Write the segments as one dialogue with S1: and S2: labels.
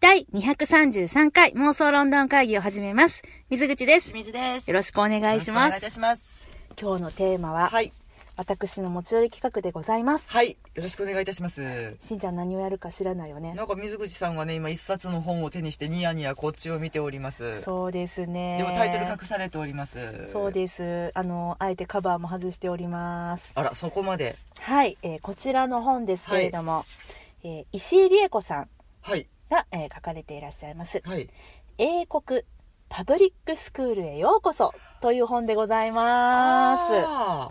S1: 第233回妄想ロンドン会議を始めます。水口です。
S2: 水です。
S1: よろしくお願いしま
S2: よろくお願い
S1: す。
S2: いたします。
S1: 今日のテーマは、
S2: はい。
S1: 私の持ち寄り企画でございます。
S2: はい。よろしくお願いいたします。
S1: しんちゃん何をやるか知らないよね。
S2: なんか水口さんはね、今一冊の本を手にしてニヤニヤこっちを見ております。
S1: そうですね。
S2: でもタイトル隠されております。
S1: そうです。あの、あえてカバーも外しております。
S2: あら、そこまで。
S1: はい、えーこちらの本ですけれども、えー石井理恵子さん
S2: はい。
S1: が、えー書かれていらっしゃいます。
S2: はい。
S1: 英国パブリックスクールへようこそという本でございます。
S2: あ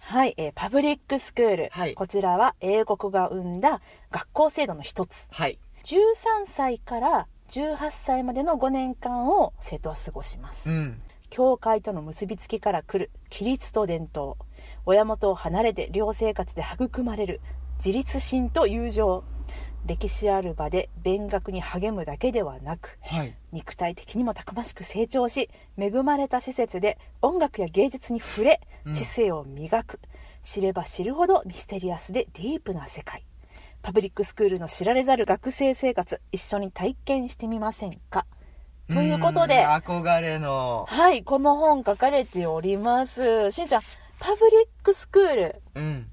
S1: はい、えーパブリックスクール、
S2: はい
S1: こちらは英国が生んだ学校制度の一つ。
S2: ーはい。
S1: 13歳から18歳までの5年間を生徒は過ごします。
S2: うん。
S1: 教会との結びつきから来る規律と伝統親元を離れて寮生活で育まれる自立心と友情歴史ある場で勉学に励むだけではなく
S2: はい。
S1: 肉体的にもたくましく成長し恵まれた施設で音楽や芸術に触れ
S2: うん
S1: 知性を磨く、知れば知るほどミステリアスでディープな世界パブリックスクールの知られざる学生生活一緒に体験してみませんかということで
S2: ん憧れの。
S1: はい、この本書かれております。しんちゃん、パブリックスクール、
S2: うん。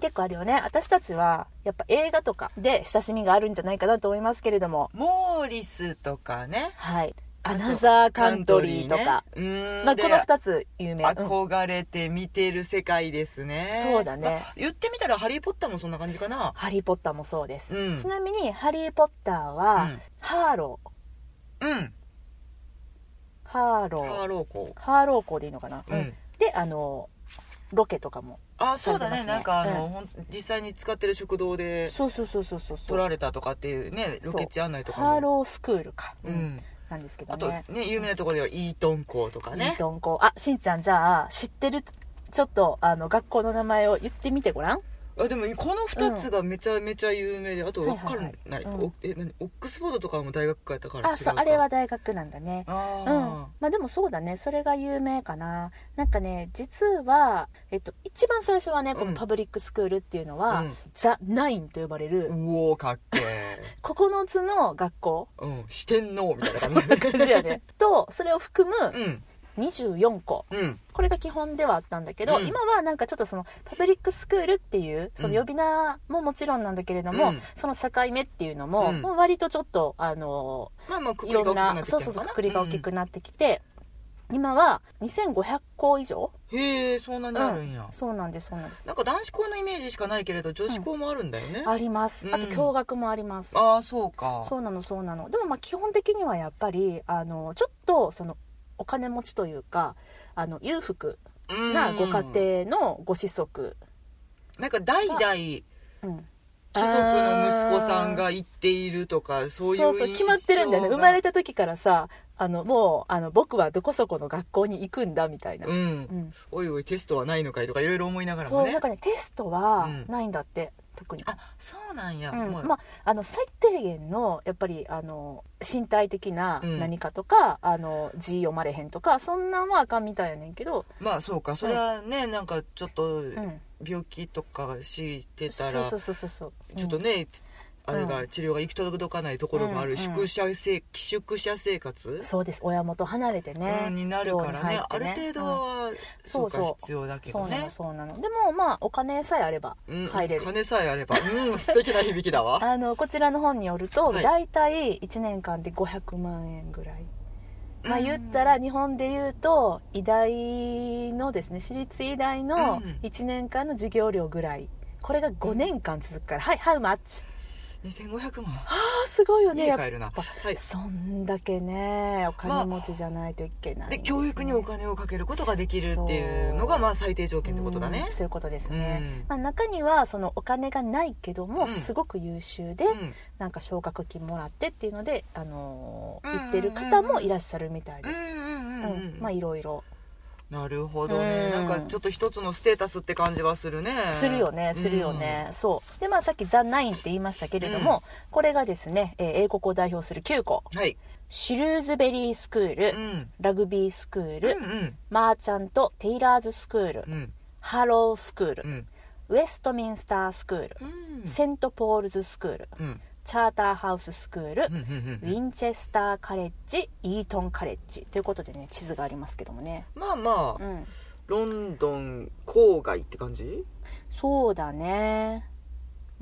S1: 結構あるよね。私たちは、やっぱ映画とかで親しみがあるんじゃないかなと思いますけれども、
S2: モーリスとかね。
S1: はい。アナザーカントリーとか、
S2: カントリーね。うん。
S1: まあ、
S2: で
S1: この二つ有名。うん
S2: 憧れて見てる世界ですね。
S1: そうだね
S2: まあ言ってみたら、ハリー・ポッターもそんな感じかな。
S1: ハリー・ポッターもそうです。
S2: うん
S1: ちなみに、ハリー・ポッターは、
S2: うん
S1: ハーロー、
S2: うん。
S1: ハーロ
S2: ハー
S1: ー、
S2: ロー校。
S1: ハーロー校でいいのかな、
S2: う
S1: うん
S2: ん。
S1: で、あの、ロケとかも。
S2: あ、そうだ
S1: されてます
S2: ね。
S1: ね
S2: なんかあの、ほん実際に使ってる食堂で
S1: そうそうそうそうそうそう。
S2: 取られたとかっていうね、
S1: そう
S2: ロケ地案内とかも。
S1: ハーロースクールか。
S2: う。ん。
S1: なんですけど
S2: あ
S1: ね。
S2: とね、有名なところではイートン校とか
S1: いい
S2: ね。
S1: とんこ。あ、しんちゃん、じゃあ、知ってる、ちょっと、あの、学校の名前を言ってみてごらん。
S2: あでもこの2つがめちゃめちゃ有名で、あと
S1: はいは
S2: 分か
S1: い
S2: ら
S1: はい
S2: ない。
S1: うん
S2: おえ、何オックスフォードとかも大学かやったから違う
S1: あ、
S2: か
S1: そう、あれは。大学なんだね。うん。
S2: あ
S1: まあでもそうだね。それが有名かな。なんかね、実は、えっと、一番最初はね、こ
S2: う
S1: の
S2: ん
S1: パブリックスクールっていうの
S2: あ。
S1: は、ザ・ナインと呼ばれ
S2: う
S1: る、
S2: ん。うおー、かっけー。
S1: 9つの学校。
S2: うん。四天王みたいな
S1: そ
S2: 感
S1: ん
S2: じ
S1: な感じやね。 と、それを含む
S2: うん。
S1: 24校。
S2: うん。
S1: これが基本ではあったんだけど、
S2: うん
S1: 今はなんかちょっとそのパブリックスクールっていうその呼び名ももちろんなんだけれども、
S2: うん
S1: その境目っていうのも、
S2: うん
S1: もう割とちょっとあの
S2: まあまあ、く
S1: い
S2: くりが
S1: ろんな
S2: 大きくなってきて
S1: そう
S2: る
S1: そうそ
S2: のか
S1: う
S2: な
S1: くくりが大きくなってきて、今は2500校以上
S2: うんへえ、そんなにあるんや。
S1: そうなんですそうなんです
S2: なんか男子校のイメージしかないけれど、女子校もあるんだよね。
S1: あります
S2: うん
S1: あと共学もあります、
S2: ああそうか
S1: そうなのそうなのでもまあ基本的にはやっぱりあのちょっとそのお金持ちというかあの裕福
S2: うん
S1: なご家庭のご子息、
S2: なんか代々貴
S1: うん、
S2: 族の息子さんが行っているとかそういう
S1: そうそう決まってるんだよね生まれた
S2: て
S1: 時からさあのもうあの僕はどこそこの学校に行くんだみたいな、
S2: う
S1: うんん
S2: おいおいテストはないのかいとかいろいろ思いながら
S1: そ
S2: も
S1: う
S2: ね
S1: なんかねテストは
S2: うん
S1: ないんだって、特に、
S2: あそうなんや、
S1: うん
S2: もう
S1: まああの最低限のやっぱりあの身体的な
S2: うん
S1: 何かとか、あの字読まれへんとかそんなんはあかんみたいやねんけど、
S2: まあそうかそれはねなんかちょっと
S1: うん、
S2: 病気とかして
S1: そ
S2: た
S1: う
S2: ら、
S1: そうそうそうそう
S2: ちょっと
S1: うん
S2: ね、あれ
S1: う
S2: が治療が行き届かないところもある、
S1: うん
S2: 宿舎生宿舎生活、
S1: そうです親元離れてね、
S2: うんになるからね
S1: 寮に入って
S2: ある程度は、そうか
S1: そうそう
S2: 必要だけ
S1: そ
S2: ど
S1: うな
S2: ね
S1: のそうなのでもまあお金さえあれば
S2: うん、
S1: 入れる
S2: 金さえあればうん素敵な響きだわ
S1: あのこちらの本によると、
S2: はい
S1: 大体1年間で500万円ぐらい、まあ、
S2: うん
S1: 言ったら日本で言うと医大のですね私立医大の
S2: うん
S1: 1年間の授業料ぐらいこれが5年間続くから、はいハウマッチ
S2: 2500万
S1: あーすごいよね
S2: 家
S1: やっぱ
S2: 帰るなはい
S1: そんだけねお金持ちじゃないといけない
S2: で
S1: ですね、
S2: 教育にお金をかけることができるっていうの
S1: そ
S2: が
S1: う
S2: まあ最低条件ってことだね
S1: うんそういうことですね
S2: うん、
S1: まあ、中にはそのお金がないけども
S2: うん
S1: すごく優秀で、
S2: うん
S1: なんか奨学金もらってっていうので、あのー
S2: うんうんう
S1: 行
S2: ん
S1: ってる方もいらっしゃるみたいで
S2: うん
S1: す、
S2: う
S1: う
S2: んうんんうん
S1: まあいろいろ
S2: なるほどね
S1: う
S2: なんんかちょっと一つのステータスって感じはするね
S1: するよねするよね、そうでまあさっき「ザ・ナイン」って言いましたけれども、これがですね、えー英国を代表する9校
S2: うんはい
S1: シュルーズベリースクール、
S2: うん
S1: ラグビースクー
S2: う
S1: ル、
S2: んうん
S1: マーチャント・テイラーズスクール、
S2: うん
S1: ハロースクール、
S2: うん
S1: ウェストミンスタースクール、
S2: うん
S1: セント・ポールズスクール
S2: うん
S1: チャーターハウススクール、
S2: うんうんうん
S1: ウィンチェスターカレッジイートンカレッジということでね地図がありますけどもね、
S2: まあま
S1: う
S2: あ
S1: ん、
S2: ロンドン郊外って感じ
S1: そうだね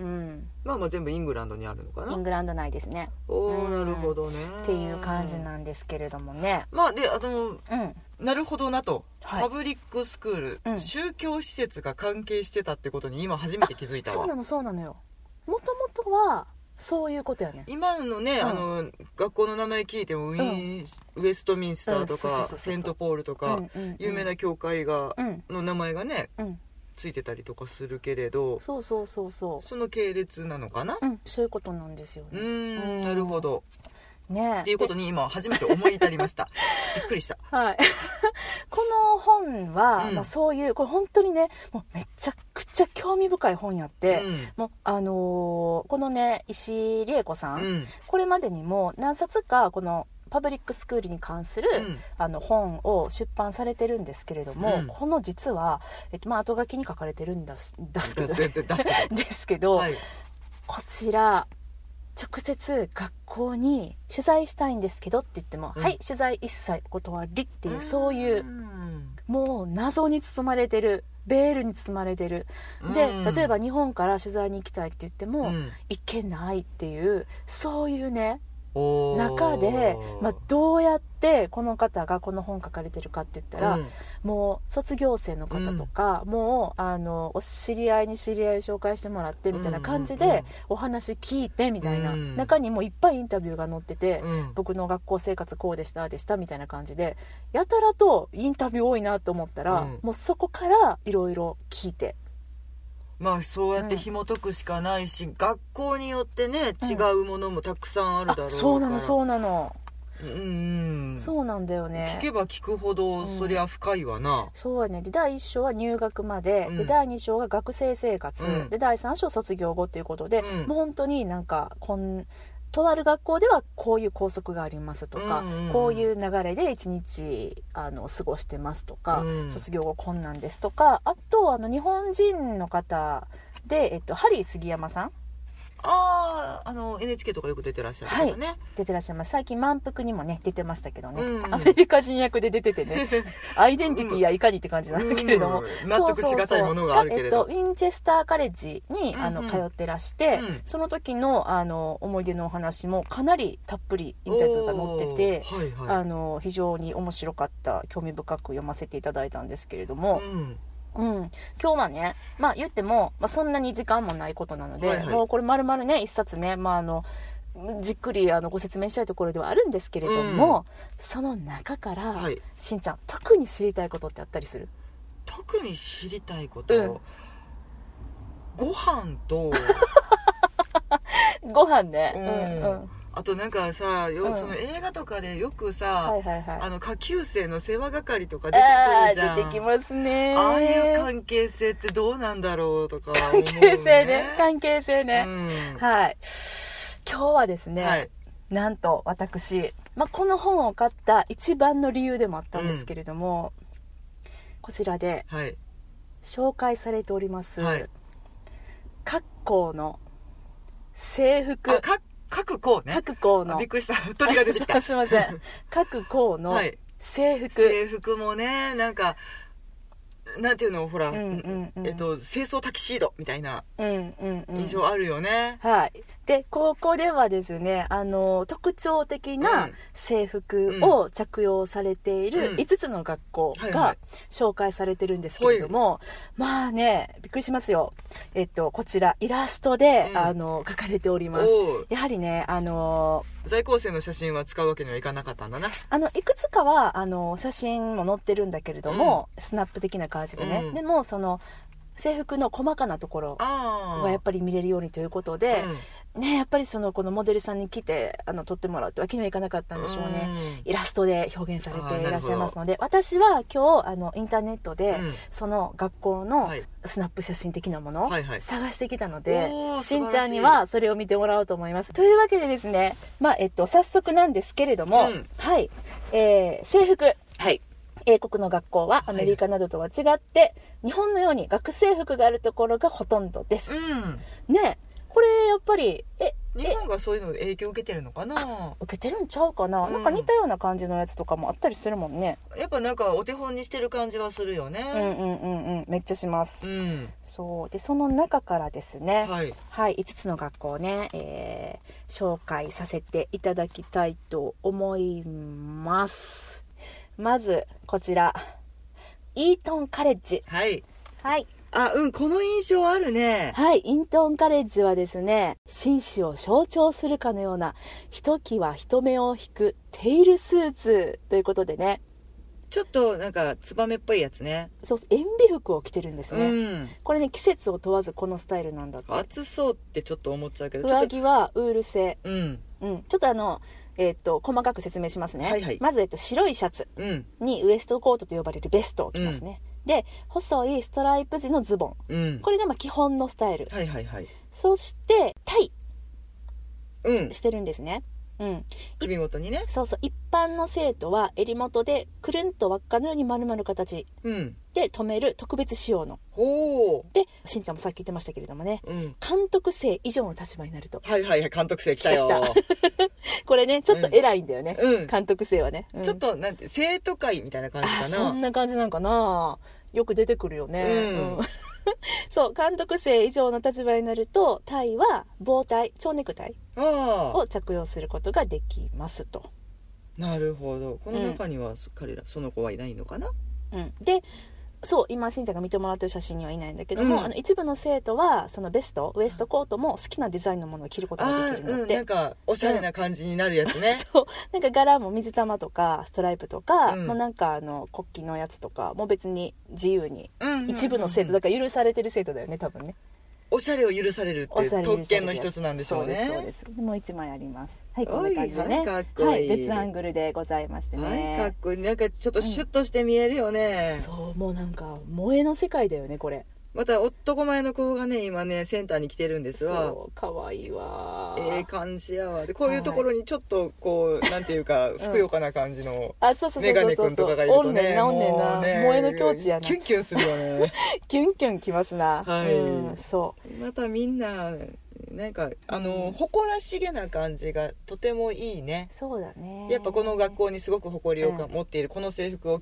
S1: うん
S2: まあまあ全部イングランドにあるのか
S1: イン
S2: な
S1: グランド内ですね
S2: お
S1: う
S2: お
S1: ん
S2: なるほどね
S1: っていう感じなんですけれどもね
S2: まあであ
S1: う
S2: の
S1: ん
S2: なるほどなと、
S1: はい
S2: パブリックスクール、
S1: うん
S2: 宗教施設が関係してたってことに今初めて気づいた
S1: そう
S2: わ
S1: なのそうなのよもともとはそういうことよね
S2: 今のね、
S1: うん
S2: あの学校の名前聞いてもウィーン、ウェストミンスターと
S1: うんそうそうそう
S2: か、
S1: そう
S2: セントポールとか、
S1: うんうんうん
S2: 有名な教会が、
S1: うん
S2: の名前がね
S1: うん
S2: ついてたりとかするけれど
S1: そうそうそうそ
S2: その系列なのかな
S1: ううんそういうことなんですよ
S2: うー
S1: ね
S2: ん
S1: うん
S2: なるほど
S1: ね
S2: っていうことに今初めて思い至りました びっくりした
S1: はい この本は、
S2: うん
S1: まあ、そういうこれ本当にねもうめちゃくちゃ興味深い本やって、
S2: うん
S1: もうあのーこのね石井理恵子さん、
S2: うん
S1: これまでにも何冊かこのパブリックスクールに関する、
S2: うん
S1: あの本を出版されてるんですけれども、
S2: うん
S1: この実は、えっとまあ、後書きに書かれてるんだすだすけど
S2: だだだ出す け
S1: ですけど、
S2: どはい
S1: こちら直接学校に取材したいんですけどって言っても、
S2: うん
S1: はい取材一切お断りっていう、
S2: ん
S1: そういうもう謎に包まれてるベールに包まれてるで、
S2: うん
S1: 例えば日本から取材に行きたいって言っても、
S2: うん
S1: 行けないっていうそういうね
S2: おー
S1: 中で、まあ、どうやってこの方がこの本書かれてるかって言ったら、
S2: うん
S1: もう卒業生の方とか、もうあのお知り合いに知り合い紹介してもらってみたいな感じ
S2: うんうんう
S1: で
S2: ん
S1: お話聞いてみたいな、
S2: うん
S1: 中にもいっぱいインタビューが載ってて、
S2: うん
S1: 僕の学校生活こうでしたでしたみたいな感じでやたらとインタビュー多いなと思ったら、
S2: うん
S1: もうそこからいろいろ聞いて
S2: まあそうやって紐解くしかないし、学校によってね違うものもたくさんあるだろうから、
S1: そうなの
S2: う
S1: そうなの、
S2: うんうん
S1: そうなんだよね
S2: 聞けば聞くほど、
S1: うん
S2: そりゃ深いわな
S1: そうやねで第1章は入学まで,、
S2: うん
S1: で第2章が学生生活、
S2: うん
S1: で第3章卒業後っていうことで、
S2: うん
S1: もう本当になんかこんとある学校ではこういう校則がありますとか、
S2: うんうんうん
S1: こういう流れで一日あの過ごしてますとか、
S2: うん
S1: 卒業後こんなんですとかあとあの日本人の方で、えっと、ハリー杉山さん
S2: あああの NHK とかよく出てらっしゃるからね、
S1: 出てらっしゃいます最近「満腹」にもね出てましたけどね、
S2: うん
S1: アメリカ人役で出てて ねアイデンティティやいかにって感じなんだけれども、
S2: うん納得しがたいものがあるけれど
S1: そうそうそうがえっと、ウィンチェスターカレッジにあ
S2: う
S1: の
S2: んうん
S1: 通ってらして、
S2: うん
S1: その時のあの思い出のお話もかなりたっぷりインタビューが載ってて、
S2: おーはい
S1: あ
S2: は
S1: の非常に面白かった興味深く読ませていただいたんですけれど
S2: い
S1: も、
S2: うん
S1: うん今日はね、まあ、言っても、まあ、そんなに時間もないことなので、
S2: はいはい
S1: もうこれ丸々ね一冊ね、まあ、あのじっくりあのご説明したいところではあるんですけれども、その中から、
S2: はい
S1: しんちゃん特に知りたいことってあったりする
S2: 特に知りたいこと、
S1: うん
S2: ご飯 と
S1: ご飯ね、
S2: う
S1: うんんうん
S2: あとなんかさよ、
S1: うん
S2: その映画とかでよくさ、
S1: はいはいはい
S2: あの下級生の世話係とか出て
S1: あ
S2: くるじゃ
S1: ー
S2: ん
S1: 出てきますね
S2: ああいう関係性ってどうなんだろうとか思
S1: 関
S2: う、
S1: 係性ね 関係性
S2: 係
S1: ね、はい今日はですね、
S2: はい
S1: なんと私、まあ、この本を買った一番の理由でもあったんですけれども、こちらで
S2: はい
S1: 紹介されております、
S2: はい
S1: 各校の制服
S2: あか各校ね
S1: 各校
S2: あ
S1: の
S2: びっくりした鳥が出てき た
S1: すいません各校の
S2: はい
S1: 制服、
S2: 制服もねなんかなんていうのほら、
S1: うんうんうん
S2: えっと清掃タキシードみたいな
S1: うんうんうん
S2: 印象あるよね、
S1: はい、で高校ではですねあの特徴的
S2: う
S1: なん制服を着用されている
S2: うん
S1: 5つの学校
S2: はいは
S1: が
S2: い
S1: 紹介されてるんですけれども、まあねびっくりしますよ、えっと、こちらイラストで、
S2: うん
S1: あの書かれております
S2: おう
S1: やはりねあの
S2: 在校生の写真は使うわけにはいかなかったんだな
S1: あのいくつかはあの写真も載ってるんだけれども、スナップ的な感じでね、
S2: うん
S1: でもその制服の細かなところ
S2: あ
S1: がやっぱり見れるようにということで、ね、やっぱりそのこのモデルさんに来てあの撮ってもらうってわけにはいかなかったんでしょうね、
S2: ね
S1: イラストで表現され
S2: あーなるほ
S1: て
S2: ど
S1: いらっしゃいますので私は今日あのインターネットで、
S2: うん
S1: その学校の
S2: はい
S1: スナップ写真的なものを
S2: はいはい
S1: 探してきたので、
S2: おー
S1: しんちゃんにはそれを見てもらおうと思いますというわけでですね、まあえっと、早速なんですけれども、
S2: うん
S1: はい、えー制服
S2: はい
S1: 英国の学校はアメリカなどとは違って、日本のように学生服があるところがほとんどです
S2: うん
S1: ねこれやっぱりえ
S2: 日本がそういうの影響受けてるのかな
S1: 受けてるんちゃうかな、
S2: うん
S1: なんか似たような感じのやつとかもあったりするもんね
S2: やっぱなんかお手本にしてる感じはするよ
S1: うんう
S2: ね
S1: んうんうんめっちゃします
S2: うん、
S1: そうでその中からですね
S2: はい
S1: はい、5つの学校をね、えー紹介させていただきたいと思いますまずこちらイートンカレッジ
S2: はい
S1: はい
S2: あうんこの印象あるね
S1: はい、イントンカレッジはですね、紳士を象徴するかのような、ひときわ人目を引くテイルスーツということでね、
S2: ちょっとなんかツバメっぽいやつね
S1: そう、塩ビ服を着てるんですね。
S2: うん
S1: これね、季節を問わずこのスタイルなんだって。
S2: 暑そうってちょっと思っちゃうけどちょ
S1: 上
S2: っと
S1: 着はウール製。
S2: うん
S1: うん、ちょっとあの、えっ、と、細かく説明しますね。
S2: はいはい
S1: まず、えっと、白いシャツ
S2: うん
S1: にウエストコートと呼ばれるベストを着ますね。で、細いストライプ地のズボン。
S2: うん
S1: これがまあ基本のスタイル。
S2: はいはいはい
S1: そして、タイ
S2: うん
S1: してるんですね。うん。
S2: 首元にね
S1: そうそう一般の生徒は襟元でくるんと輪っかのように丸々形
S2: うん
S1: で止める特別仕様の
S2: ほ
S1: でしんちゃんもさっき言ってましたけれどもね
S2: ううん
S1: 監督生以上の立場になると
S2: はいはいはい監督生来たよ
S1: 来たこれねちょっと偉いんだよね、
S2: うん
S1: 監督生はね、うん
S2: ちょっとなんて生徒会みたいな感じ
S1: あ
S2: か
S1: そん
S2: な
S1: な感じなんかなよく出てくるよね、
S2: うん
S1: うん そう監督生以上の立場になるとタイは棒帯蝶ネクタイ
S2: ああ
S1: を着用することができますと、
S2: なるほどこの中には彼らその子はいないのかな
S1: うん、でそう今しんちゃんが見てもらってる写真にはいないんだけども、
S2: うん
S1: あの一部の生徒はそのベストウエストコートも好きなデザインのものを着ることがで
S2: ああ
S1: きるの
S2: う
S1: っ
S2: ん
S1: て、
S2: なんかおしゃれな感じになるやつね
S1: そうなんか柄も水玉とかストライプとか、
S2: うん
S1: もうなんかあの国旗のやつとかもう別に自由に
S2: うん
S1: 一部の生徒だから許されてる生徒だよね多分ね
S2: おしゃれを許されるっ
S1: お
S2: て
S1: しゃれ
S2: 特権の一つなんでしょう
S1: そうで
S2: ね
S1: すそうですもう一枚ありますはいこん
S2: お
S1: ない感じで
S2: はい
S1: ね
S2: かっこ
S1: はい
S2: いい
S1: 別アングルでございまして
S2: はいかっ
S1: ね
S2: こいいなんかちょっとシュッとして見えるよね
S1: そうもうなんか萌えの世界だよねこれ
S2: また男前の子がね今ねセンターに来てるんですわ
S1: そうかわいいわ
S2: ええ感じやわでこういうところにちょっとこうなんていうかふくよかな感じの
S1: あ、そうそうそ
S2: メ
S1: うそ
S2: ガ
S1: う
S2: ネ
S1: そう
S2: 君とかがいる
S1: お
S2: と
S1: んねん
S2: ね
S1: な、おんねん
S2: も
S1: な。
S2: うね
S1: 萌えの境地やな。
S2: キュンキュンするよ ね
S1: キュンキュンきますな。
S2: はい
S1: うん、そう。
S2: またみんななんかあ
S1: うん
S2: の誇らしげな感じがとてもいいね
S1: そうだね。
S2: やっぱこの学校にすごく誇りを
S1: う
S2: か
S1: ん
S2: 持っているこの制服を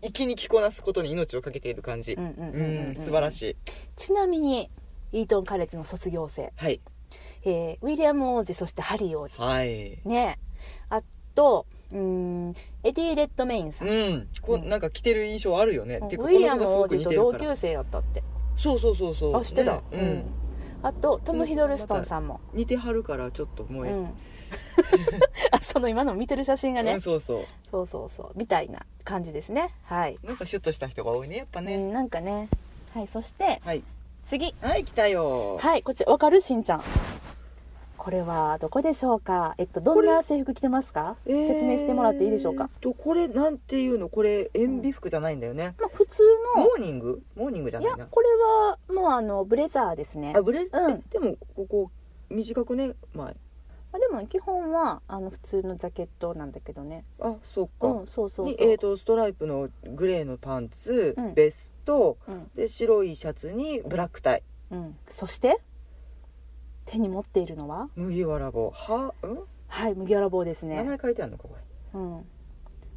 S2: 粋に着こなすことに命を懸けている感じ
S1: うんうんう
S2: う
S1: んうんうん
S2: ん素晴らしい
S1: ちなみに、イートンカレッジの卒業生、
S2: はい
S1: えーウィリアム王子、そしてハリー王子。
S2: はい
S1: ね。あと、うーん、エディ・レッドメインさん。
S2: うんこ
S1: うん
S2: なんか着てる印象あるよね
S1: ウ
S2: てか
S1: ィリアム
S2: この子
S1: 王
S2: がす
S1: 子と
S2: ごく似て
S1: 同
S2: るから
S1: 級生だったって。
S2: そうそうそうそう
S1: あ、知ってた。
S2: ねうん。
S1: あと、トム・ヒドルストンさんも。
S2: 似てはるからちょっと
S1: う
S2: 萌え
S1: ん。 あ、その今の見てる写真が
S2: う
S1: ね
S2: ん、。そうそ
S1: そうそうそう。みたいな感じですね。はい。
S2: うなんかシュッとした人が多いねやっぱ
S1: う
S2: ね
S1: ん、なんかねはいそして
S2: はい
S1: 次
S2: はい来たよ
S1: はいこっちわかるしんちゃんこれはどこでしょうかえっとどんな制服着てますか、説明してもらっていいでしょうか、
S2: えーとこれなんていうのこれ塩ビ服じゃないんだよね
S1: まあ、普通
S2: モーニングモーニングじゃ
S1: のい
S2: ない
S1: や
S2: な
S1: これはもうあのブレザーですね
S2: あブレザー、
S1: うん
S2: えでもここ短くね前
S1: まあ、でも基本はあの普通のジャケットなんだけどね
S2: あそっ
S1: う
S2: か、
S1: んそうそうそう
S2: にえー、とストライプのグレーのパンツ、
S1: うん
S2: ベスト
S1: うん
S2: で白いシャツにブラックタイ
S1: うん、そして手に持っているのは
S2: 麦わら帽は、うん
S1: はい麦わら帽です
S2: 名
S1: ね、
S2: 前書いてあるのかこれ
S1: うん、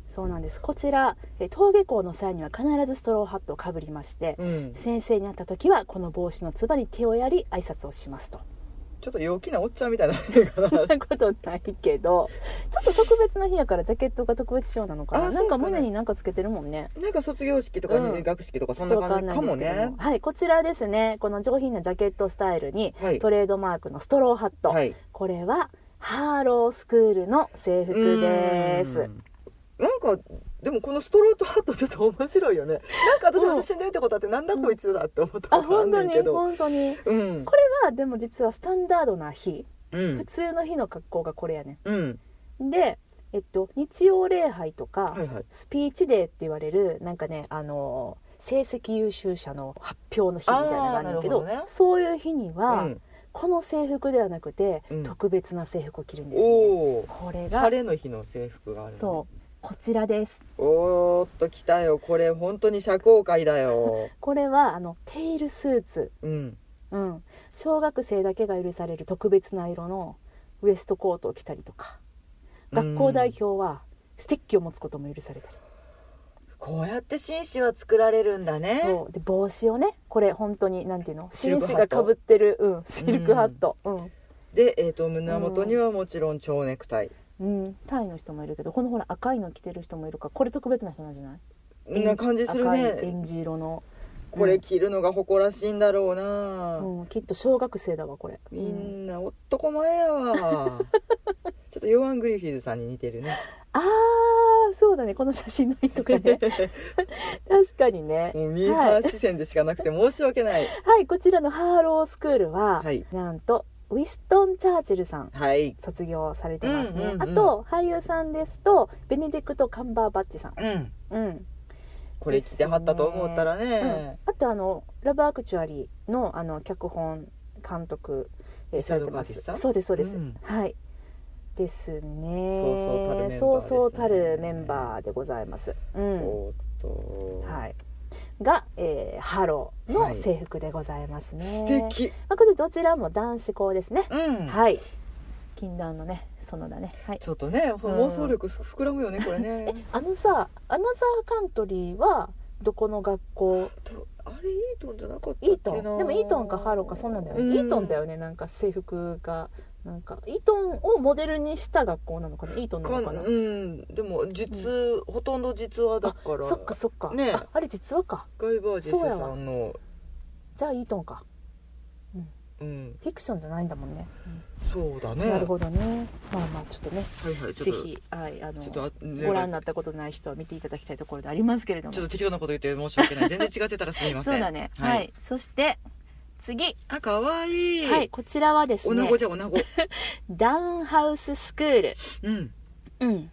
S1: そうなんですこちらえ登下校の際には必ずストローハットをかぶりまして、
S2: うん、
S1: 先生に会った時はこの帽子のつばに手をやり挨拶をしますと。
S2: ちょっと陽気なおっちゃんみたいな あ
S1: そんな ことないけどちょっと特別な日やからジャケットが特別仕様なのかなな
S2: あ
S1: ん
S2: そうか
S1: か
S2: な
S1: 胸になんかつけてるもんね。
S2: なんか卒業式とか
S1: うん
S2: 入学式とかそん
S1: ち
S2: な
S1: ょっとわ
S2: 感
S1: ん
S2: じ
S1: ない
S2: か
S1: んで
S2: も
S1: すけど
S2: ね
S1: はいこちらですねこの上品なジャケットスタイルに
S2: はい
S1: トレードマークのストローハット、
S2: はい
S1: これはハーロースクールの制服です
S2: なんかでもこのストロートハットちょっと面白いよねなんか私も写真で見たことあってなんだこいつだって思った
S1: あ
S2: ことあん
S1: 本当
S2: ねん
S1: に
S2: けど
S1: 本当に
S2: うん
S1: これはでも実はスタンダードな日、
S2: うん
S1: 普通の日の格好がこれやね
S2: うん
S1: んでえっと日曜礼拝とか、
S2: はいはい
S1: スピーチデーって言われるなんかねあの成績優秀者の発表の日みたいなのがあるんだけど
S2: あーなるほどね
S1: そういう日には、
S2: うん
S1: この制服ではなくて、
S2: うん
S1: 特別な制服を着るんです、ね、
S2: おお
S1: これが
S2: 晴れの日の制服があるの
S1: そうこちらです
S2: ねおーっと来たよこれ本当に社交界だよ
S1: これはあのテイルスーツ
S2: うん
S1: うん、小学生だけが許される特別な色のウエストコートを着たりとか学校代表はステッキを持つことも許されたり、
S2: こうやって紳士は作られるんだね
S1: そうで帽子をねこれ本当になんていうの
S2: シル
S1: 紳
S2: クハッ
S1: 士が
S2: ト
S1: かぶってる、うん、シルクハット、うん
S2: で、えー、と胸元にはもちろん蝶ネクタイ、
S1: うん、タイの人もいるけどこのほら赤いの着てる人もいるからこれ特別な人なんじゃない
S2: んな感じする
S1: 赤いエ
S2: ね
S1: ンジ色の、
S2: これ着るのが誇らしいんだろうな、
S1: うん、きっと小学生だわこれ、う
S2: み
S1: ん、
S2: んな男前やわ ちょっとヨアン・グリフィーズさんに似てるね
S1: あーそうだねこの写真の人とかね確かにね
S2: もうミーハー視線でしかなくて申し訳ない
S1: はいこちらのハーロースクールは、
S2: はい
S1: なんとウィストン・チャーチルさん
S2: はい
S1: 卒業されてますね、
S2: うんうんうん
S1: あと俳優さんですとベネディクト・カンバーバッチさん、
S2: うん
S1: うん
S2: これ着てはったと思ったらね
S1: うん、あとあの「ラブ・アクチュアリーの」あの脚本監督えー
S2: リチャード
S1: されてます
S2: ガーフィスさん
S1: そうですそうです、
S2: うん
S1: はいです
S2: そうそうたるメンバーです
S1: ね
S2: ね
S1: そうそうたるメンバーでございます、うん
S2: おーっと、
S1: はい、が、えーハロー
S2: は
S1: の
S2: い
S1: 制服でございますね、
S2: 素敵
S1: まあ、これどちらも男子校ですね、
S2: うん、
S1: はい禁断のね園田ねはい
S2: ちょっとね妄想力膨らむよねこれね
S1: あのさアナザーカントリーはどこの学校
S2: とあれイートンじゃなかったっけな
S1: イートンでもイートンかハローかそんなんだよね、
S2: うん
S1: イートンだよねなんか制服がなんかイートンをモデルにした学校なのかなイートンな
S2: か
S1: のかな、
S2: うんでも実、ほとんど実話だから
S1: そっかそっか、
S2: ねえ
S1: ああれ実はか
S2: ガイバージェス
S1: そうや
S2: さ
S1: わ
S2: んの
S1: じゃあイートンか
S2: うん
S1: フィクションじゃないんだもんね、
S2: そうだね
S1: なるほどねまあまあちょっとね
S2: はいはいち
S1: ぜ
S2: ょっと
S1: ひ、はい、あの
S2: ちょっとあ
S1: ご覧に
S2: な
S1: なったことない人は見ていただきたいところでありますけれど
S2: んか
S1: も
S2: ちょっと適当なこと言って申し訳ない全然違ってたらすみません
S1: そうだね
S2: は
S1: はいい、そして次
S2: あ可愛い
S1: はいこちらはです
S2: おな
S1: ね
S2: ごじゃおなご
S1: ダウンハウススクール
S2: うん
S1: うん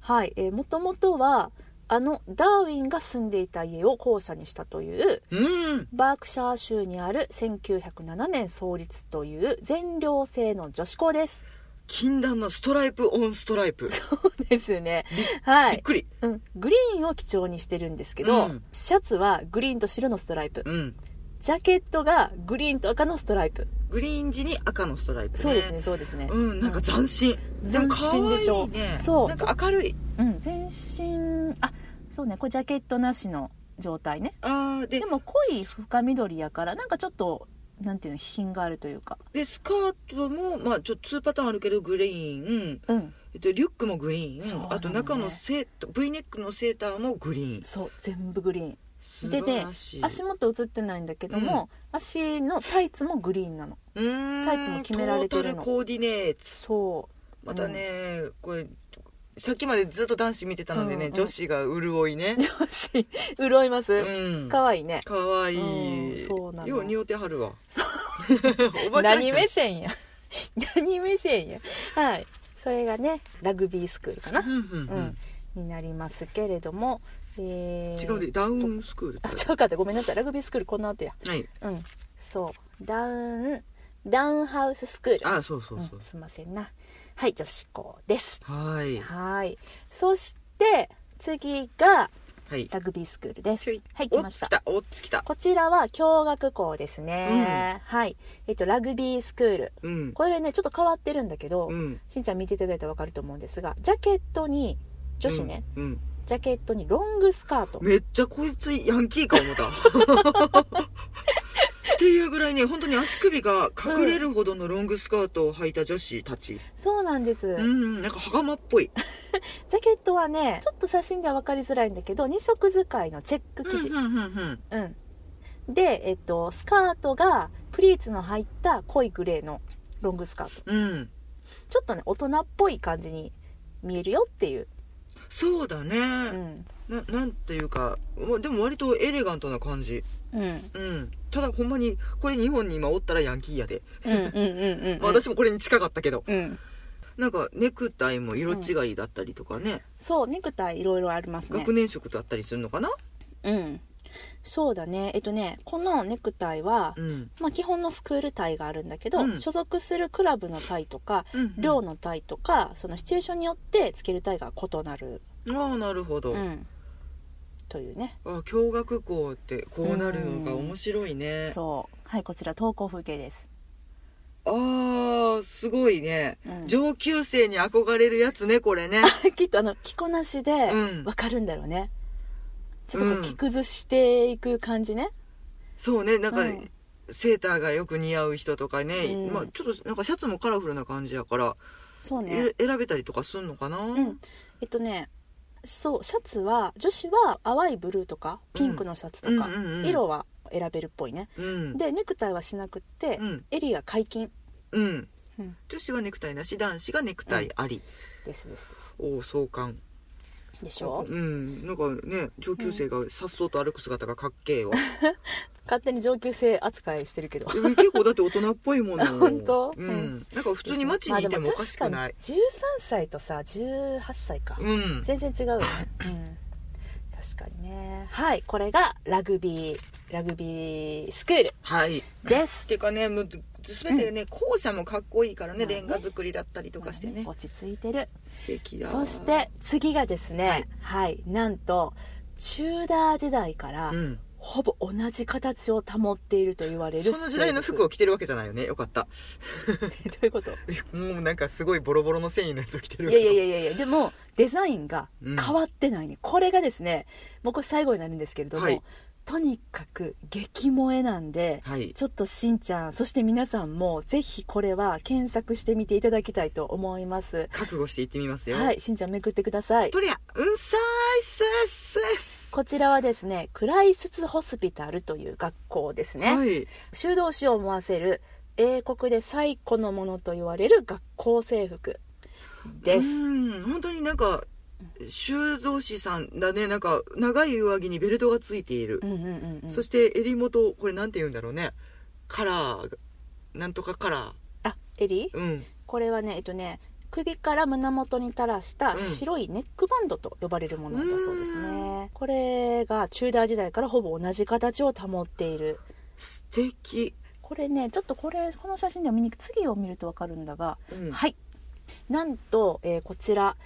S1: はいえーもともとはあのダーウィンが住んでいた家を校舎にしたという
S2: うん
S1: バークシャー州にある1907年創立という全寮制の女子校です。
S2: 禁断のストライプオンストライプ
S1: そうですね。は
S2: びっ
S1: い、
S2: くり
S1: うん。グリーンを基調にしてるんですけど、
S2: うん
S1: シャツはグリーンと白のストライプ。
S2: うん
S1: ジャケットがグリーンと赤のストライプ。
S2: グリーン地に赤のストライプ、ね、
S1: そうですね、そうですね。
S2: うんなんか斬新でも
S1: 斬新でしょ
S2: 可愛いね
S1: そう
S2: なんか明るい
S1: うん、全身あそうねこれジャケットなしの状態ね
S2: あーで
S1: でも濃い深緑やからなんかちょっとなんていうの品があるというか
S2: でスカートも、まあ、ちょっと2パターンあるけどグリーン、
S1: うん
S2: えっと、リュックもグリ
S1: そう
S2: ー
S1: な
S2: ン、
S1: のね
S2: あと中のセーター V ネックのセーターもグリーン
S1: そう全部グリーン
S2: 素
S1: で
S2: 晴らしい
S1: 足元映ってないんだけども、足のタイツもグリーンなの
S2: うーん
S1: タイツも決められてるの
S2: トータルコーディネート
S1: そう
S2: またね、これさっきまでずっと男子見てたのでね、
S1: うんうん
S2: 女子が潤いね
S1: 女子潤います、
S2: うん
S1: かわいいね
S2: かわいい、
S1: うんそうなの
S2: よう似合うてはるわ おばちゃん
S1: 何目線や何目線やはいそれがねラグビースクールかな
S2: う、んうん
S1: う
S2: うんん
S1: になりますけれども、えー
S2: 違うでダウンスクールって
S1: あ違うかったごめんなさいラグビースクールこの後や
S2: はい
S1: うんそうダウンダウンハウススクール
S2: あそうそうそ
S1: う
S2: う
S1: ん、すいませんなはい女子校です
S2: はい
S1: はいそして次が
S2: はい
S1: ラグビースクールです
S2: はい
S1: はい来
S2: おっ
S1: まし
S2: つ
S1: た
S2: きたおっつきた
S1: こちらは共学校ですね、はいえっとラグビースクール
S2: うん
S1: これねちょっと変わってるんだけど、
S2: うん
S1: しんちゃん見ていただいたら分かると思うんですがジャケットに女子ね、
S2: うん
S1: ジャケットにロングスカート
S2: めっちゃこいつヤンキーか思った。 っていうぐらいね、本当に足首が隠れるほどのロングスカートを履いた女子たち。
S1: そうなんです、
S2: うん、うん、なんか袴っぽい。
S1: ジャケットはねちょっと写真では分かりづらいんだけど2色使いのチェック生地
S2: うん、うん、うん。
S1: うん、で、えっと、スカートがプリーツの入った濃いグレーのロングスカート
S2: うん。
S1: ちょっとね大人っぽい感じに見えるよっていう、
S2: そうだね。
S1: うん
S2: な、なんていうか、までも割とエレガントな感じ。
S1: うん、うん
S2: うん。ただほんまに、これ日本に今おったらヤンキーやで。
S1: うんうん うん
S2: まあ私もこれに近かったけど。
S1: うん
S2: なんかネクタイも色違いだったりとかね。
S1: そうネクタイいろいろありますね
S2: 学年色だったりするのかな
S1: うんそうだねえっとねこのネクタイは、
S2: うん。
S1: まあ、基本のスクールタイがあるんだけど、
S2: うん
S1: 所属するクラブのタイとか
S2: うん
S1: 寮のタイとかそのシチュエーションによってつけるタイが異なる、
S2: ああ、なるほど。
S1: うん、というね
S2: あ共学校ってこうなるのが
S1: うん
S2: 面白いね、
S1: そうはいこちら投稿風景です、
S2: ああすごいね
S1: うん
S2: 上級生に憧れるやつねこ れね
S1: きっとあの着こなしで
S2: うん
S1: わかるんだろうね、ちょっとこ
S2: うん
S1: う着崩していく感じね、
S2: そうねなんか、
S1: うん
S2: セーターがよく似合う人とかね、
S1: うん
S2: まあ、ちょっとなんかシャツもカラフルな感じやから、
S1: そうね
S2: え選べたりとかすんのかな、
S1: うん、えっとねそうシャツは女子は淡いブルーとかピンクのシャツとか、
S2: うんうんうん
S1: 色は選べるっぽいね
S2: うん
S1: でネクタイはしなくって、
S2: うん
S1: 襟が解禁
S2: うん
S1: うん
S2: 女子はネクタイなし男子がネクタイあり、
S1: ですですです
S2: おお壮観
S1: でしょ
S2: うんなんかね上級生がさっそうと歩く姿がかっけえわ、
S1: 勝手に上級生扱いしてるけど
S2: でも結構だって大人っぽいも の
S1: 本当
S2: う、
S1: うん
S2: なんか普通に街にいてもおかしくない、
S1: まあでも確かに13歳とさ18歳か、
S2: うん
S1: 全然違うよね、うん、確かにねはいこれがラグビーラグビースクール
S2: はい
S1: です
S2: てかねもう全てね、校舎もかっこいいからね
S1: まあね
S2: レンガ作りだったりとかしてね
S1: 落ち着いてる
S2: 素敵だ
S1: そして次がですね、
S2: は
S1: はいい、なんとチューダー時代から
S2: うん、
S1: ほぼ同じ形を保っていると言われる
S2: その時代の服を着てるわけじゃないよねよかった
S1: 制服 どういうこと
S2: もうなんかすごいボロボロの繊維のやつを着てる
S1: いやいやいやいやいやでもデザインが変わってないね、これがですねもうこれ最後になるんですけれども、
S2: はい
S1: とにかく激萌えなんで
S2: はい
S1: ちょっとしんちゃんそして皆さんもぜひこれは検索してみていただきたいと思います
S2: 覚悟していってみますよ
S1: はいしんちゃんめくってください
S2: とりゃうんさーいさーさーす
S1: こちらはですねクライスツホスピタルという学校ですね、
S2: はい
S1: 修道士を思わせる英国で最古のものと言われる学校制服で
S2: う
S1: す
S2: ん本当になんか修道士さんだねなんか長い上着にベルトがついている
S1: う、んうんうんうん
S2: そして襟元これなんて言うんだろうねカラーなんとかカラ
S1: あエリー
S2: ーうん
S1: これはねえっとね首から胸元に垂らした
S2: うん
S1: 白いネックバンドと呼ばれるものだそうですねこれがチューダー時代からほぼ同じ形を保っている
S2: 素敵、
S1: これねちょっとこれこの写真では見にくい次を見るとわかるんだが、
S2: うん
S1: はいなんと、えーこちら、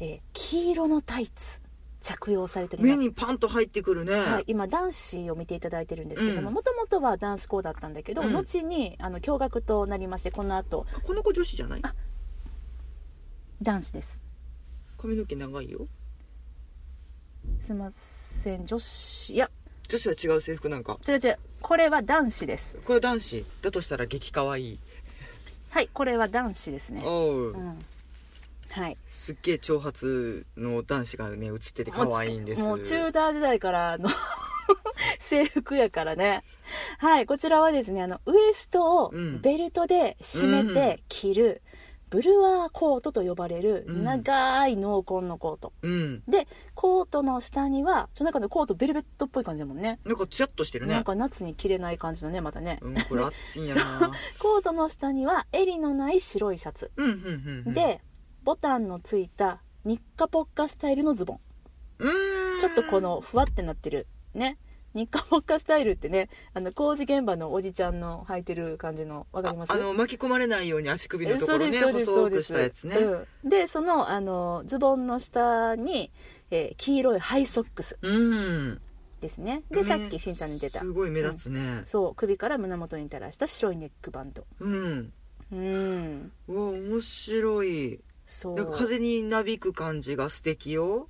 S1: えー黄色のタイツ着用されておりま
S2: 目
S1: す
S2: にパンと入ってくるね、
S1: はい、今男子を見ていただいてるんですけど
S2: う
S1: も
S2: ん
S1: もともとは男子校だったんだけど、
S2: うん
S1: 後にあの共学となりましてこの後
S2: この子女子じゃない
S1: あ男子です
S2: 髪の毛長いよ
S1: すいません女子いや
S2: 女子は違う制服なんか
S1: 違う違うこれは男子です
S2: これは男子だとしたら激可愛い
S1: はいこれは男子ですね
S2: おう、
S1: うんはい
S2: すっげえ長髪の男子がね映ってて可愛いんです
S1: もうチューダー時代からの 制服やからねはいこちらはですねあのウエストを
S2: うん
S1: ベルトで締めて着る、ブルワーコートと呼ばれる
S2: うん
S1: 長い濃紺のコート、
S2: うん
S1: でコートの下にはその中のコートベルベットっぽい感じだもんね
S2: なんかツヤっとしてるね
S1: なんか夏に着れない感じのねまたね
S2: うんこれ暑いんやな
S1: コートの下には襟のない白いシャツ、
S2: うんうんうんうん
S1: でボタンのついたニッカポッカスタイルのズボン
S2: うーん
S1: ちょっとこのふわってなってるねニッカポッカスタイルってねあの工事現場のおじちゃんの履いてる感じのわかります
S2: ああの巻き込まれないように足首
S1: え
S2: のところね細くしたやつね、
S1: うんでそのあのズボンの下に、えー黄色いハイソックス
S2: うん
S1: ですねで
S2: ね
S1: さっきしんちゃんに出た
S2: すごい目立つね
S1: そう首から胸元に垂らした白いネックバンド
S2: うん、
S1: うん
S2: うわ面白い
S1: そう
S2: なんか風になびく感じが素敵よ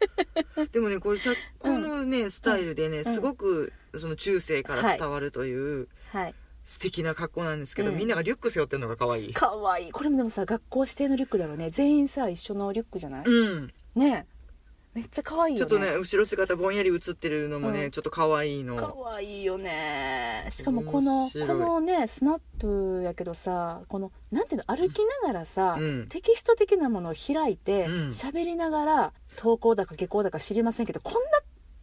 S2: でもねこれさこのね、スタイルでね、すごくその中世から伝わるという、
S1: はい
S2: 素敵な格好なんですけど、
S1: うん
S2: みんながリュック背負ってるのが可愛い
S1: かわいいこれもでもさ学校指定のリュックだろうね全員さ一緒のリュックじゃない、
S2: うん
S1: ねえめっちゃかわいい
S2: ち
S1: よ
S2: ょ
S1: ね
S2: っとね後ろ姿ぼんやり映ってるのもね、
S1: うん
S2: ちょっと可愛い
S1: か
S2: の
S1: わいいよねしかもこの
S2: 面白い
S1: このねスナップやけどさこのなんていうの歩きながらさ、
S2: うん
S1: テキスト的なものを開いて
S2: うん
S1: 喋、りながら投稿だか下校だか知りませんけどこんな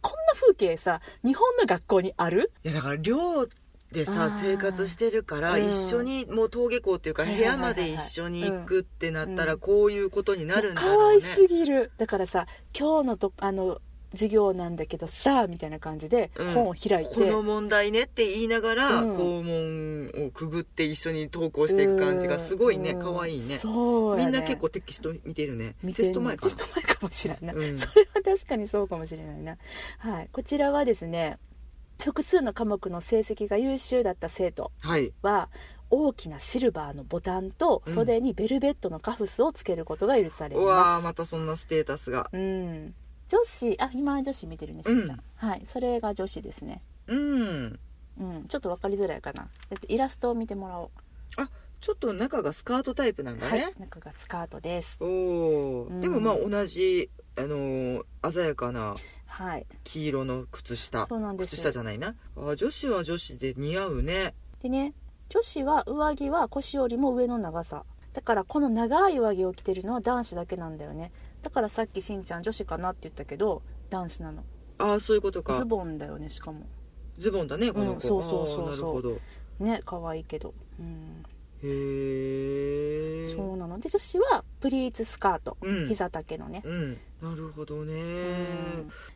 S1: こんな風景さ日本の学校にある
S2: いやだから寮でさ
S1: あー
S2: 生活してるから、
S1: うん
S2: 一緒にもう登下校っていうか
S1: は
S2: 部
S1: いはいはいはい
S2: 屋まで一緒に行くってなったら、
S1: うん
S2: こういうことになるんだ
S1: かわ
S2: ろう
S1: い
S2: ね
S1: すぎるだからさ今日のとあの授業なんだけどさみたいな感じで
S2: うん
S1: 本を開い
S2: こ
S1: て、
S2: の問題ねって言いながら、
S1: うん
S2: 校門をくぐって一緒に投稿していく感じがすごいね
S1: うん
S2: 可愛いね
S1: そうや
S2: み
S1: ね
S2: んな結構テキスト見てるね
S1: 見てる
S2: テスト前か
S1: テスト前かもしれない、
S2: う ん
S1: それは確かにそうかもしれないな、はい、こちらはですね複数の科目の成績が優秀だった生徒
S2: なはい
S1: は大きなシルバーのボタンと
S2: うん
S1: 袖にベルベットのカフスをつけることが許され
S2: う
S1: ま
S2: わ
S1: す
S2: ー、またそんなステータスが
S1: うん、女子あ今女子見てるねしんちゃん、
S2: う
S1: はいそれが女子ですね
S2: うん
S1: うん、ちょっとわかりづらいかなえっとイラストを見てもらおう
S2: ちょっと中がスカートタイプなんだ
S1: は
S2: ね、
S1: い中がスカートです
S2: おお、
S1: うん
S2: でもまあ同じあのー鮮やかな
S1: はい
S2: 黄色の靴下
S1: そうなんで
S2: 靴下
S1: す
S2: じゃないなあー女子は女子で似合うね
S1: でね女子は上着は腰よりも上の長さだからこの長い上着を着てるのは男子だけなんだよねだからさっきしんちゃん女子かなって言ったけど男子なの
S2: ああそういうことか
S1: ズ
S2: ズボ
S1: ボンだよねしかも
S2: ンだねこ
S1: う
S2: の子、
S1: んそうそうそうそう
S2: あーなるほど
S1: ね可愛いけどうん
S2: へえ
S1: そうなので女子はプリーツスカート、
S2: うん
S1: 膝丈のね
S2: うんなるほどね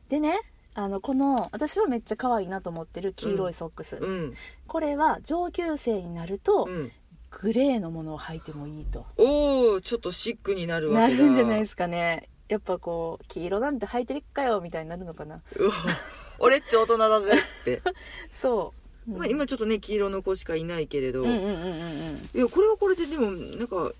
S1: でねあのこの私はめっちゃ可愛いなと思ってる黄色いソックス、
S2: うん
S1: これは上級生になると、
S2: うん
S1: グレーのものを履いてもいいと
S2: おおちょっとシックになるわ
S1: な
S2: けだ
S1: るんじゃないですかねやっぱこう黄色なんて履いてるっかよみたいになるのかな
S2: うわ俺っち大人だぜって、
S1: そう、うん
S2: まあ、今ちょっとね黄色の子しかいないけれど、
S1: うんうん
S2: い
S1: うんうん
S2: やこれはこれででもなんか
S1: うん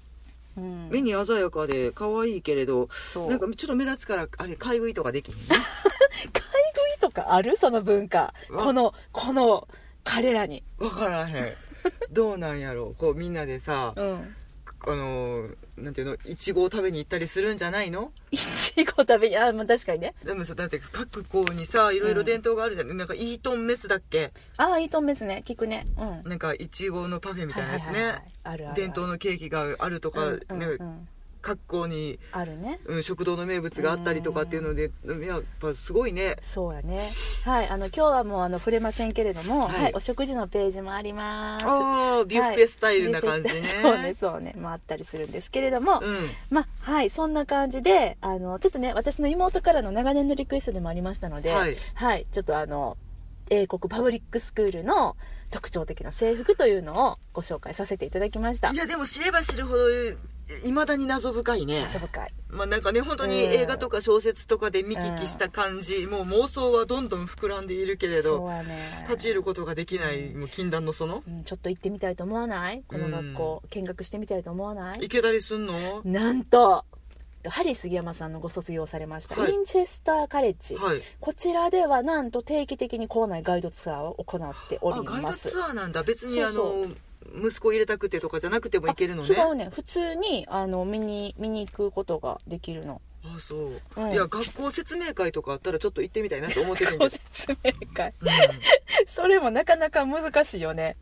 S1: うん
S2: 目に鮮やかで可愛いけれど、
S1: そう
S2: なんかちょっと目立つからあれ買い食いとかできひんね
S1: 買い食いとかあるその文化
S2: わ
S1: このこの彼らに
S2: 分からへんどうなんやろうこうみんなでさ
S1: うん
S2: あのーなんていうのいちごを食べに行ったりするんじゃないの
S1: いちご食べにあまあ確かにね
S2: でもさだって各校にさいろいろ伝統があるじゃん、なんかイートンメスだっけ
S1: ああいいと思いますね聞くねうん
S2: なんかいちごのパフェみたいなやつね、
S1: はいはいはいはいあるあるある
S2: 伝統のケーキがあるとか、
S1: うんうん
S2: ね
S1: うん
S2: 各校に、
S1: あるね
S2: うん、食堂の名物があったりとかっていうので、やっぱすごいね
S1: そうやねはいあの今日はもうあの触れませんけれども、は
S2: はいい
S1: お食事のページもあります
S2: ああビュッフェスタイルな感じね、
S1: そうねそうね、まあ、あったりするんですけれども、
S2: うん
S1: まあはいそんな感じであのちょっとね私の妹からの長年のリクエストでもありましたので、
S2: はい
S1: ちょっとあの英国パブリックスクールの特徴的な制服というのをご紹介させていただきました
S2: いやでも知れば知るほどいまだに謎深いね
S1: 遊ぶ会
S2: まあなんかね本当に
S1: うん
S2: 映画とか小説とかで見聞きした感じ、もう妄想はどんどん膨らんでいるけれ
S1: そう
S2: ど
S1: やね
S2: 立ち入ることができない、もう禁断のその
S1: うん、ちょっと行ってみたいと思わないこの学校、見学してみたいと思わない
S2: 行けたりすんの
S1: なんとハリー杉山さんのご卒業をされました、
S2: はい
S1: ウィンチェスターカレッジ、
S2: はい
S1: こちらではなんと定期的に校内ガイドツアーを行ってお
S2: あ
S1: り
S2: ガイ
S1: ま
S2: ド
S1: す
S2: ツアーなんだ別にあの
S1: そう
S2: 息子入れたくてとかじゃなくても行けるのね
S1: あ違うね普通にあの見に見に行くことができるの
S2: あそう、
S1: うん
S2: いや学校説明会とかあったらちょっと行ってみたいなと思ってるん
S1: ご
S2: です、
S1: 説明会
S2: う
S1: それもなかなか難しいよね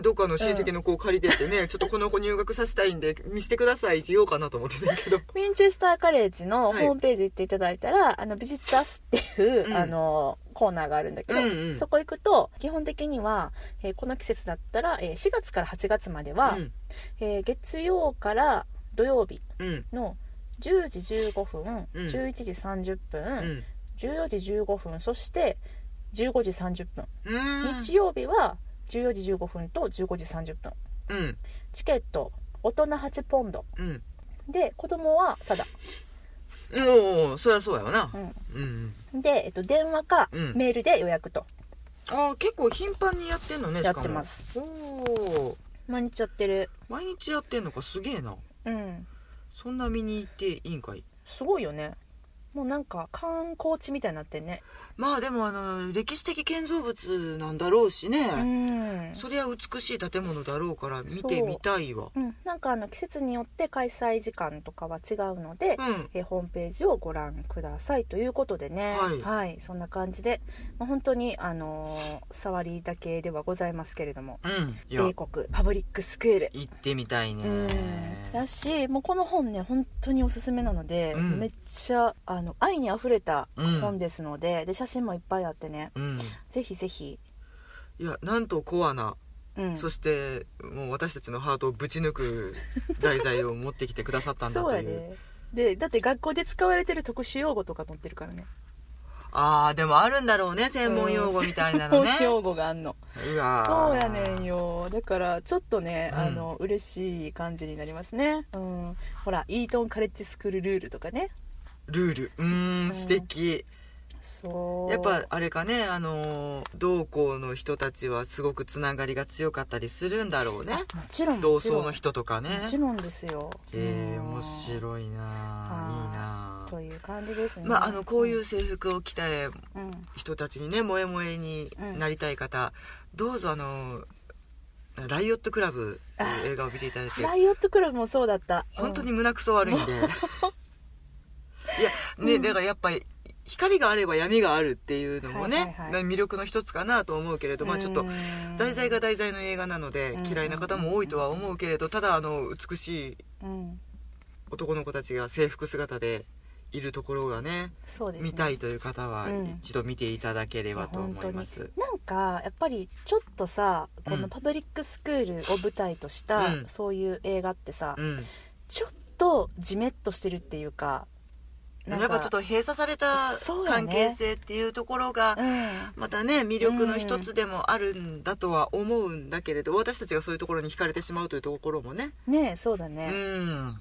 S2: ん、どっかの親戚の子を借りてってね、ちょっとこの子入学させたいんで見せてくださいって言おうかなと思ってたけど
S1: ウィンチェスターカレッジの
S2: はい
S1: ホームページ行っていただいたら、あのビジッタースっていう、
S2: うん
S1: あのコーナーがあるんだけど、
S2: うんうん
S1: そこ行くと基本的には、えーこの季節だったら、えー4月から8月までは、
S2: うん
S1: えー月曜から土曜日
S2: うん
S1: の10時15分、
S2: うん
S1: 11時30分、
S2: うん
S1: 14時15分そして15時30分、
S2: うん
S1: 日曜日は14時15分と15時30分
S2: うん
S1: チケット大人8ポンド
S2: うん
S1: で子供はただ、
S2: おおそりゃそうやわな
S1: うん
S2: うん
S1: で、えっと、電話か
S2: うん
S1: メールで予約と
S2: ああ結構頻繁にやってんのねし
S1: や
S2: か
S1: っ
S2: も
S1: てます、
S2: おお
S1: 毎日やってる
S2: 毎日やってんのかすげえな
S1: うん
S2: そんな見に行っていいんかい
S1: すごいよねもうなんか観光地みたいになってんね
S2: まあでもあの歴史的建造物なんだろうしね、
S1: うん
S2: そりゃ美しい建物だろうから見てみたいわ
S1: うん、なんかあの季節によって開催時間とかは違うので、
S2: うん
S1: えーホームページをご覧くださいということでね、
S2: はい
S1: そんな感じで、まあ、本当に、あのー触りだけではございますけれども
S2: うんいや
S1: 英国パブリックスクール
S2: 行ってみたいね
S1: うんだしもうこの本ね本当におすすめなので、
S2: うん
S1: めっちゃあの愛にあふれた
S2: うん
S1: 本ですので,、で写真もいっぱいあってね
S2: うん
S1: ぜひぜひ、
S2: いやなんとコアな、
S1: うん、
S2: そしてもう私たちのハートをぶち抜く題材を持ってきてくださったんだ
S1: そ
S2: と
S1: う
S2: い
S1: や
S2: う
S1: ででだって学校で使われてる特殊用語とか載ってるからね
S2: ああでもあるんだろうね専門用語みたいなのね
S1: 専門用語があんの
S2: うわ
S1: そうや
S2: ー
S1: ねんよだからちょっとね、
S2: うん
S1: あの嬉しい感じになりますね、うん、ほらイートンカレッジスクールルールとかね
S2: ルールうー
S1: うんん
S2: 素敵
S1: そう
S2: やっぱあれかねあのー同校の人たちはすごくつながりが強かったりするんだろうね
S1: もちろん
S2: 同
S1: もちろ
S2: 窓
S1: ん
S2: の人とかね
S1: もちろんですよ
S2: えー、
S1: うん
S2: 面白いなーいいなー
S1: という感じですね
S2: まあ、あのこういう、制服を着た
S1: うんうん
S2: 人たちにね萌え萌えになりたい方、どうぞあの「ライオットクラブ」っていう映画を見ていただいて
S1: ライオットクラブもそうだった
S2: 本当に胸くそ悪いんでいやね、
S1: うん
S2: だからやっぱり光があれば闇があるっていうのもね、
S1: はいはいはい
S2: まあ魅力の一つかなと思うけれど、まあ、ちょっと題材が、題材の映画なので
S1: うん
S2: 嫌いな方も多いとは思うけれどただあの美しい
S1: うんうん
S2: 男の子たちが制服姿でいるところがね
S1: そうですね
S2: 見たいという方は
S1: うん
S2: 一度見ていただければと思います、
S1: なんかやっぱりちょっとさこ
S2: うん
S1: のパブリックスクールを舞台とした、
S2: うん
S1: そういう映画ってさ、
S2: うん、
S1: ちょっとジメッとしてるっていうか
S2: やっぱちょっと閉鎖された
S1: そうやね
S2: 関係性っていうところが、
S1: うん
S2: またね魅力の一つでもあるんだとは思うんだけれど、私たちがそういうところに惹かれてしまうというところもね
S1: ねそうだ
S2: う
S1: ね、
S2: ん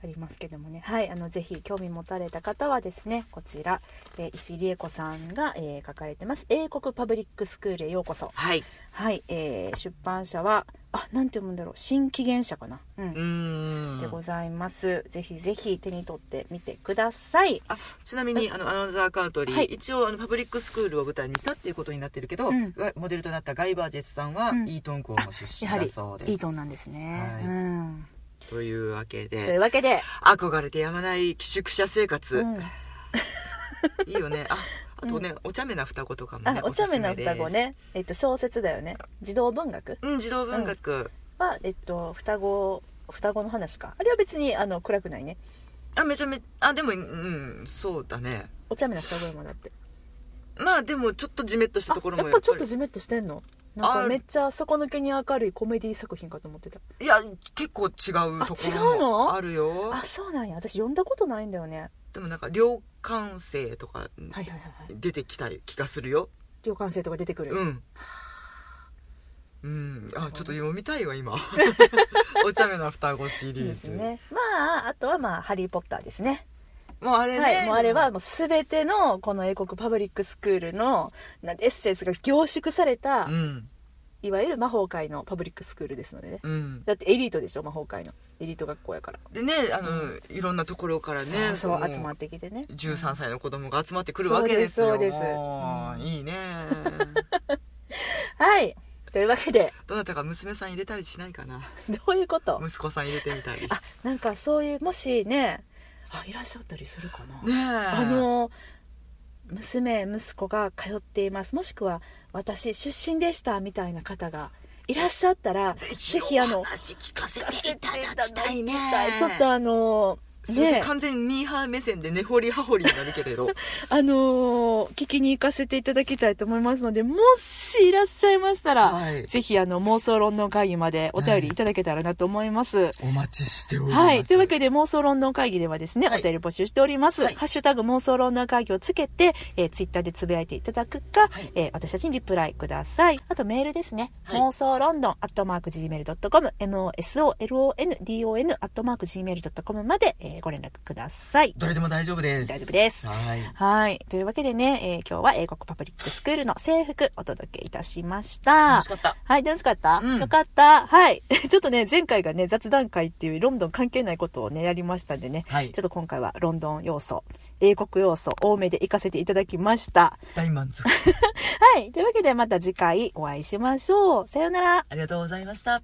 S1: ありますけどもねはいあのぜひ興味持たれた方はですねこちら、えー石井理恵子さんが、えー書かれてます「英国パブリックスクールへようこそ
S2: はい」
S1: はい、えー出版社はあなんて読むんだろう新紀元社かなうん
S2: うん
S1: でございます。ぜひぜひ手に取ってみてください。
S2: あちなみにあのアナウンサーカントリー、
S1: はい
S2: 一応あのパブリックスクールを舞台にしたっていうことになってるけど、
S1: うん
S2: がモデルとなったガイバージェスさんは、
S1: うん
S2: イートン校の出身だそうです
S1: いいとなんですね。
S2: はい
S1: うん。
S2: というわけ
S1: という
S2: で
S1: わけで、
S2: 憧れてやまない寄宿舎生活、
S1: うん、
S2: いいよねああとね、お茶目な双子とかもね
S1: あ、お茶目な双子
S2: おすすめで
S1: ね。えっと小説だよね。児童文学
S2: すうん児童文学、
S1: はえっと双子双子の話か。あれは別にあの暗くないね。
S2: あめちゃめちゃあでもうんそうだね
S1: お茶目な双子もだって。
S2: まあでもちょっとジメッとしたところ
S1: あや
S2: も
S1: っ
S2: や
S1: ぱ
S2: っ
S1: ち
S2: ぱ
S1: ょっ
S2: り
S1: とジメッとしてんの。なん
S2: あ
S1: かめっちゃ底抜けに明るいコメディ作品かと思ってた。
S2: いや結構違うとこ
S1: あ違う
S2: ろも
S1: の
S2: あるよ
S1: あ、そうなんや。私読んだことないんだよね。
S2: でもなんか良感性とか
S1: はいはいはいはい。
S2: 出てきた気がするよ
S1: 旅館生とか出てくる。
S2: うんうんあちょっと読みたいわ 今お茶目な双子シ
S1: いい
S2: リ
S1: で
S2: ー
S1: す
S2: ズ、
S1: ね。まああとはまあハリーポッターですね。
S2: もうあれね、
S1: はい、もうあれはもう全てのこの英国パブリックスクールのなんてエッセンスが凝縮された、
S2: うん
S1: いわゆる魔法界のパブリックスクールですのでね
S2: うん
S1: だってエリートでしょ魔法界のエリート学校やから、
S2: でねあの、いろんなところからね
S1: そうそう
S2: も
S1: 集まってきてね
S2: 13歳の子供が集まってくるわけですよ
S1: そうですそうです
S2: もう
S1: うん
S2: いいね
S1: はいというわけで
S2: どなたか娘さん入れたりしないかな
S1: どういうこと
S2: 息子さん入れてみたいね
S1: あなんかそういうもしねあいらっしゃったりするかな、
S2: え
S1: あの娘息子が通っていますもしくは私出身でしたみたいな方がいらっしゃったら
S2: ぜ
S1: ぜひあの
S2: お話聞かせていただきたいね
S1: ちょっとあの
S2: すいません
S1: ね
S2: 完全にミーハー目線で根掘り葉掘りになるけれど
S1: あのー聞きに行かせていただきたいと思いますので、もしいらっしゃいましたら、
S2: はい
S1: ぜ ひあの妄想論の会議までお便りいただけたらなと思います。はい。
S2: お待ちしており
S1: というわけで妄想論の会議ではですね、
S2: はい
S1: お便り募集しております。
S2: はい
S1: ハッシュタグ妄想論の会議をつけて、えー、ツイッターでつぶやいていただくか、
S2: はい
S1: えー私たちにリプライください。あとメールですね。
S2: はい
S1: 妄想ロンドンアットマーク Gmail.com、mosolondon アットマーク Gmail.com まで、えーご連絡ください。
S2: どれでも大丈夫です
S1: 大丈夫です
S2: はい
S1: はい。というわけでね、えー今日は英国パブリックスクールの制服お届けいたしました
S2: 楽し。かった
S1: はい、楽しかった、
S2: うん
S1: よかった。はい。 ちょっとね、前回がね、雑談会っていうロンドン関係ないことをね、やりましたんでね、
S2: はい
S1: ちょっと今回はロンドン要素、英国要素多めで行かせていただきました。
S2: 大満足
S1: はい。というわけでまた次回お会いしましょう。さようなら。
S2: ありがとうございました